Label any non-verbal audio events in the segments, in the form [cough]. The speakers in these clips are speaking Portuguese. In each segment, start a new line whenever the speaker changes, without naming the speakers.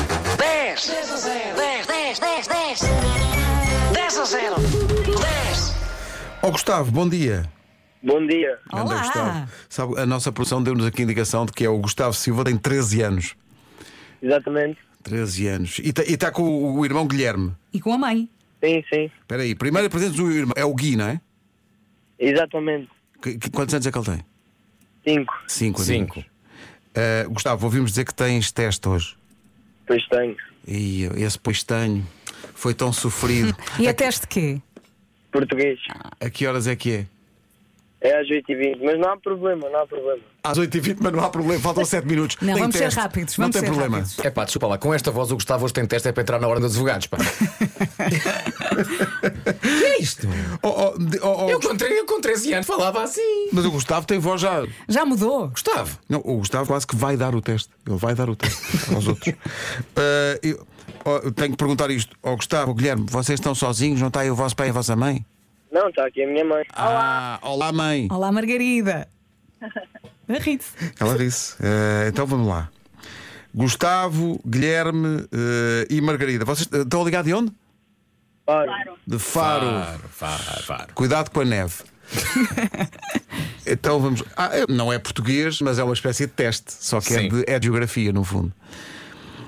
10, 10 a 0. 10, 10, 10, 10. 10 a 0. 10.
Ó Gustavo, bom dia.
Bom dia.
Anda,
Olá.
Gustavo. Sabe, a nossa produção deu-nos aqui a indicação de que é o Gustavo Silva, tem 13 anos.
Exatamente.
13 anos. E está com o, o irmão Guilherme.
E com a mãe.
Sim, sim.
Espera aí, primeiro apresentes o irmão. É o Gui, não é?
Exatamente.
Que- que- quantos anos é que ele tem?
Cinco.
5
Cinco.
Gustavo, ouvimos dizer que tens teste hoje.
Pois tenho.
E esse pois tenho. Foi tão sofrido.
[laughs] E a teste quê?
Português.
A que horas é que é?
É às 8h20. Mas não há problema, não há problema.
Às 8h20, mas não há problema,
[laughs]
faltam 7 minutos.
Não,
Tem
vamos ser
teste.
rápidos,
Não
vamos
tem
ser
problema.
rápidos.
É pá, desculpa lá, com esta voz o Gustavo hoje tem teste é para entrar na hora dos advogados, pá. que é isto?
Oh, oh, de- oh, oh,
[laughs] Eu com, tre- eu com 13 anos falava assim.
Mas o Gustavo tem voz já.
Já mudou?
Gustavo,
Não, o Gustavo quase que vai dar o teste. Ele vai dar o teste aos outros. Ah, eu, oh, eu tenho que perguntar isto. Ó Gustavo, Guilherme, vocês estão sozinhos? Não está aí o vosso pai e a vossa mãe?
Não, está aqui a minha mãe.
Olá. Ah, olá, mãe.
Olá, Margarida. Ri-se.
Ela disse. Ah, então vamos lá. Gustavo, Guilherme ah, e Margarida. Vocês ah, estão ligados de onde?
Claro.
De Faro.
Faro, faro, faro.
Cuidado com a
[laughs]
neve. então vamos. Ah, é- não é português, mas é uma espécie de teste. Só que é
Sim.
de, é de geografia, no fundo.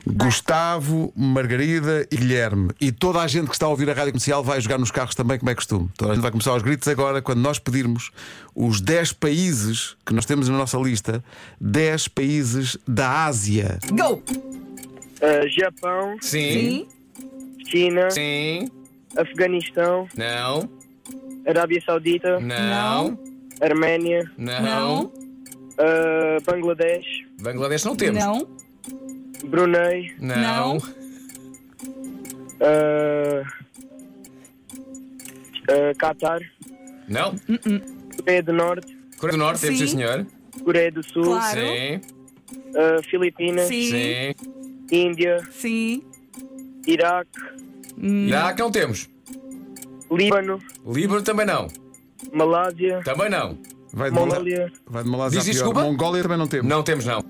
Gustavo, Margarida e Guilherme. E toda a gente que está a ouvir a rádio comercial vai jogar nos carros também, como é costume. Toda a gente vai começar aos gritos agora, quando nós pedirmos os 10 países que nós temos na nossa lista, 10 países da Ásia.
Go!
Ah, Japão,
Sim.
China,
Sim.
Afeganistão,
Não.
Arábia Saudita,
Hum. Não.
Arménia,
Não.
Não.
ah, Bangladesh,
Bangladesh não temos.
Não.
Brunei,
Não.
Não.
ah, ah, Qatar,
Não.
Coreia do Norte,
Coreia do Norte temos,
Sim.
sim, senhor.
Coreia do Sul,
Claro.
Sim.
ah, Filipinas,
Sim.
Sim.
Índia,
Sim.
Iraque,
Iraque não temos.
Líbano,
Líbano também não.
Malásia,
Também não.
Vai de Malá-
Mongólia,
vai de Malásia a
Diz isso,
pior.
desculpa?
Mongólia também não temos.
Não temos, não.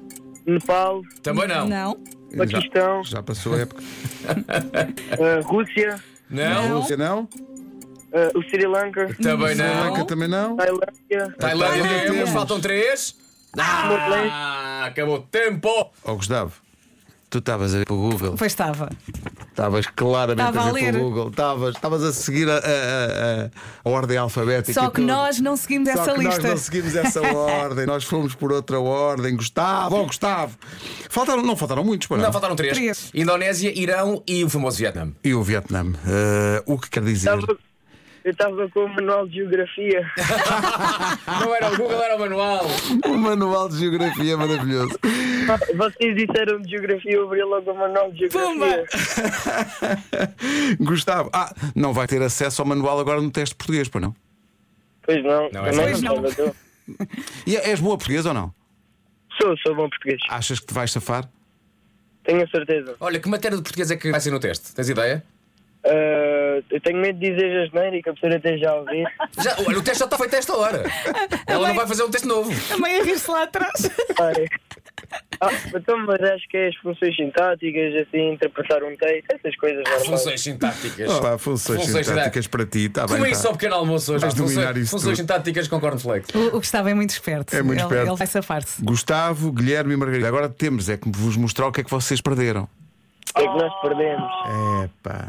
Nepal,
Também não.
Não.
Já-
Paquistão,
Já passou a época.
ah, Rússia,
Não.
Rússia não?
ah, o Sri Lanka,
Também
Não.
não.
Franca também não?
Tailândia,
Tailândia
Tailândia.
temos, faltam três. Ah, acabou o tempo.
Ó Oh, Gustavo, tu estavas a ver para o Google.
Pois estava.
Estavas claramente
Estava
a ver
a
pelo
ler.
Google. Estavas, estavas a seguir a, a- a- a- a ordem alfabética.
Só que
toda.
nós não seguimos
Só
essa
que nós
lista.
não seguimos essa
[laughs]
ordem, nós fomos por outra ordem. Gustavo, oh Gustavo. Faltaram, não faltaram muitos, para
Não, faltaram três.
Três.
Indonésia, Irão e o famoso Vietnã.
E o Vietnã. Eh, o que quer dizer?
Tava- eu estava com o manual de geografia.
Não era o Google, era o manual.
[laughs] Um manual de geografia maravilhoso.
Vocês disseram de geografia, eu abri logo o manual de geografia.
Pumba!
Gustavo, ah, não vai ter acesso ao manual agora no teste português, para não?
Pois não,
Não,
também
essa
não.
não estava eu.
E é, és boa portuguesa ou não?
Sou, sou bom português.
Achas que te vais safar?
Tenho a certeza.
Olha, que matéria de português é que vai ser no teste? Tens ideia?
Ah, eu tenho medo de dizer a geneira e que a pessoa até já ouvi.
Já, olha, o teste já está feito a esta hora. Ela não vai fazer um teste novo.
Também a rir-se lá atrás.
[laughs]
Ai. Ah, então, mas acho que é as funções sintáticas, assim, interpretar um texto, essas coisas normais.
Funções sintáticas.
Olá, funções sintáticas para ti, está bem.
Ah, Como é
tá.
isso ao pequeno almoço hoje?
Vais
pá?
dominar
Funções,
isso
funções
tudo.
sintáticas com cornflakes.
O, o Gustavo é muito esperto.
É muito
ele,
esperto.
Ele vai safar-se.
Gustavo, Guilherme e Margarida. Agora temos é que vos mostrar o que é que vocês perderam.
O que é que nós perdemos?
Epá.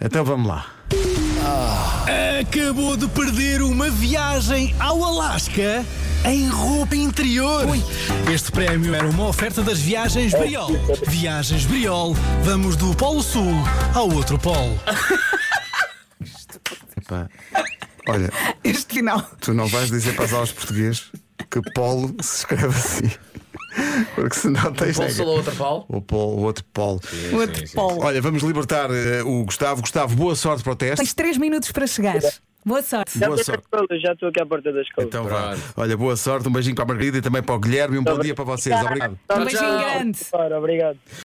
Então vamos lá.
Acabou de perder uma viagem ao Alasca em roupa interior. Este prémio era uma oferta das viagens Briol. Viagens Briol, vamos do Polo Sul ao outro Polo.
Epá. Olha,
Este final.
tu não vais dizer para as aulas português que polo se escreve assim. Porque senão tens.
Paulo Solou, outra Paulo.
O polo, o outro polo.
O outro polo.
Olha, vamos libertar eh, o Gustavo. Gustavo, boa sorte para o teste.
Tens três minutos para chegar. Boa sorte.
Já
Boa
estou
sorte.
na escola, já estou aqui à porta da escola.
Então vá.
Pronto.
Olha, boa sorte, um beijinho para a Margarida e também para o Guilherme e um bom dia para vocês. Obrigado.
Um beijinho
tchau.
grande.
Claro, Tá obrigado.